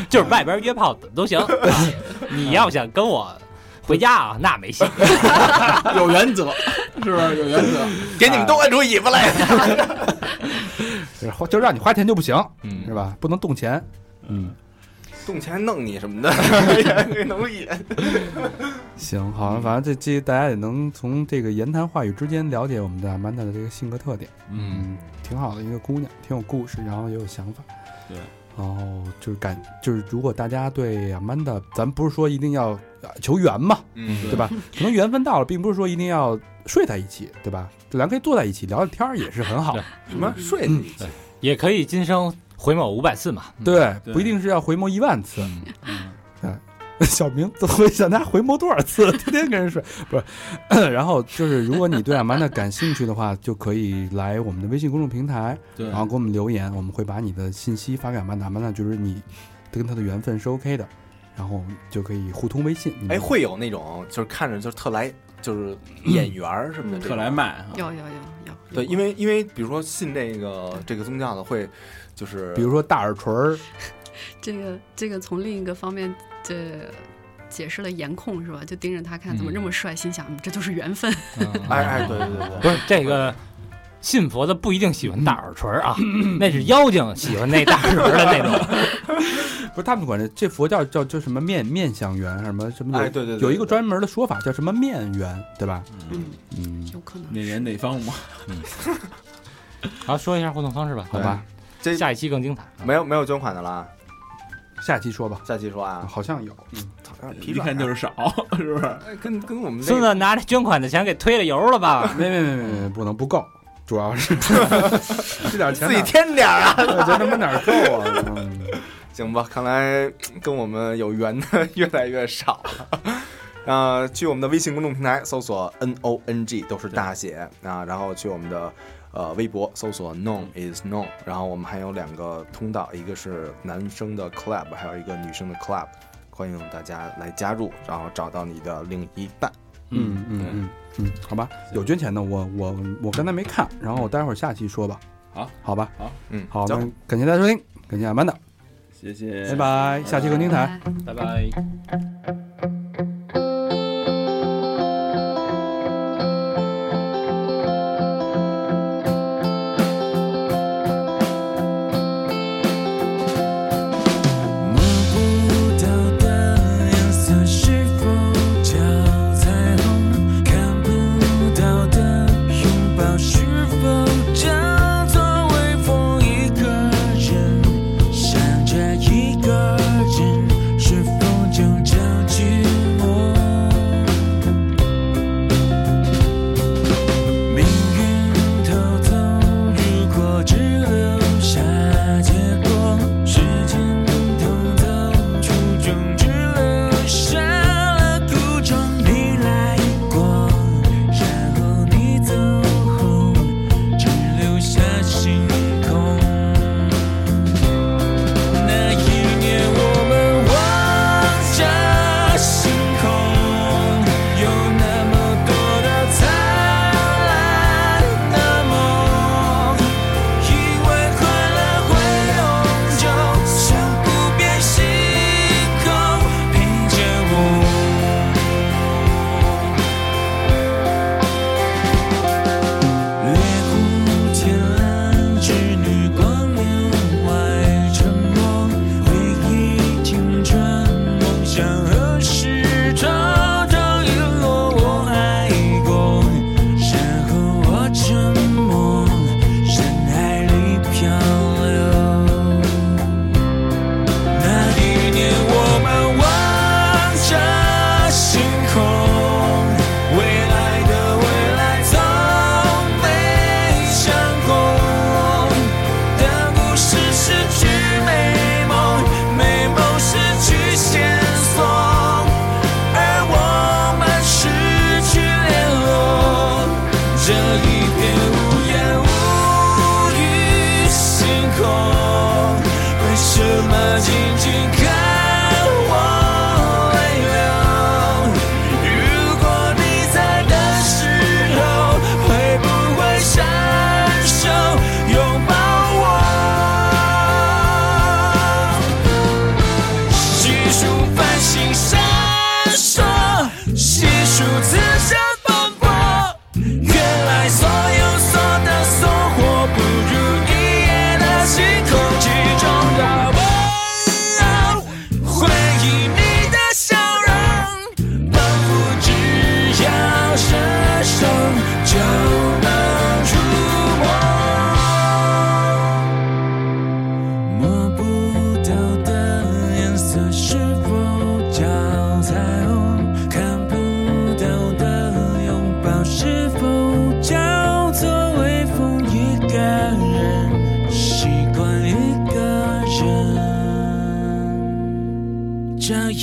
就是外边约炮都 行。啊你要想跟我回家啊，那没戏。
有原则， 是不是有原则？
给你们都摁出尾巴来。
就是花就让你花钱就不行，
嗯
是吧？不能动钱。嗯，
动钱弄你什么的，给能演。
行，好像反正这期大家也能从这个言谈话语之间了解我们的阿曼达的这个性格特点。
嗯，
嗯，挺好的一个姑娘，挺有故事，然后也有想法。
对，
然后就是感就是，如果大家对阿曼达，咱不是说一定要呃求缘嘛，
嗯
对吧？可能缘分到了，并不是说一定要睡在一起，对吧？咱可以坐在一起聊聊天儿，也是很好
对。
嗯
什么睡你一起？
也可
嗯
以今生回眸五百次嘛。
对，
对
不一定是要回眸一万次。
嗯，
对， 小明怎么想他回眸多少次了， 天天跟人睡，不是。 然后就是，如果你对阿曼达感兴趣的话，就可以来我们的微信公众平台，
对
然后给我们留言，我们会把你的信息发给阿曼达，阿曼达就是你跟他的缘分是 OK 的，然后就可以互通微信。
哎，会有那种就是看着就是特来就是演员儿什么的这
特
种，
来卖哈，
有有有有，
对，因为因为比如说信这个这个宗教的会就是
比如说大耳垂儿，
这个这个从另一个方面这解释了颜控是吧？就盯着他看，怎么这么帅？心想嗯这就是缘分。
嗯
哎哎对对对对
不是这个。信佛的不一定喜欢大耳垂儿啊，那是妖精喜欢那大耳垂儿的那种。
不是他们管这这佛教叫叫什么面面相缘，什么什么有、
哎对对对
有一个专门的说法叫什么面缘，对吧？
嗯，
嗯，
有可能
哪人哪方嘛？
好，说一下互动方式吧，
好吧，
这
下一期更精彩。
没有没有捐款的了啊，
下期说吧，
下期说啊，
好像有。
操有点疲
一
软啊
看就是少， 是不是？
哎跟跟我们这
孙子拿着捐款的钱给推了油了吧？
没没没没没，不能不够，主要 是这点钱
自己
哪
添点儿啊，
儿我觉得他妈哪儿够啊？ 嗯
行吧，看来跟我们有缘的 越来越少了。呃，去我们的微信公众平台搜索 N O N G 都是大写啊，然后去我们的呃微博搜索 Known is Known，然后我们还有两个通道，一个是男生的 club，还有一个女生的 club，欢迎大家来加入，然后找到你的另一半。
嗯嗯嗯嗯，好吧，有捐钱的我我我刚才没看，然后我待会儿下期说吧。
好，
好吧，
嗯，
好，
行
那感谢大家收听，感谢阿曼达，
谢谢，
拜哎拜，下期更精彩。
哎
拜拜。
摸不到的颜色是否叫彩虹？看不到的拥抱是否叫做微风？一个人想着一个人，是否就找去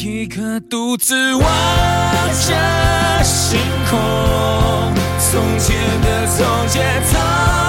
一个独自望着星空。从前的从前，曾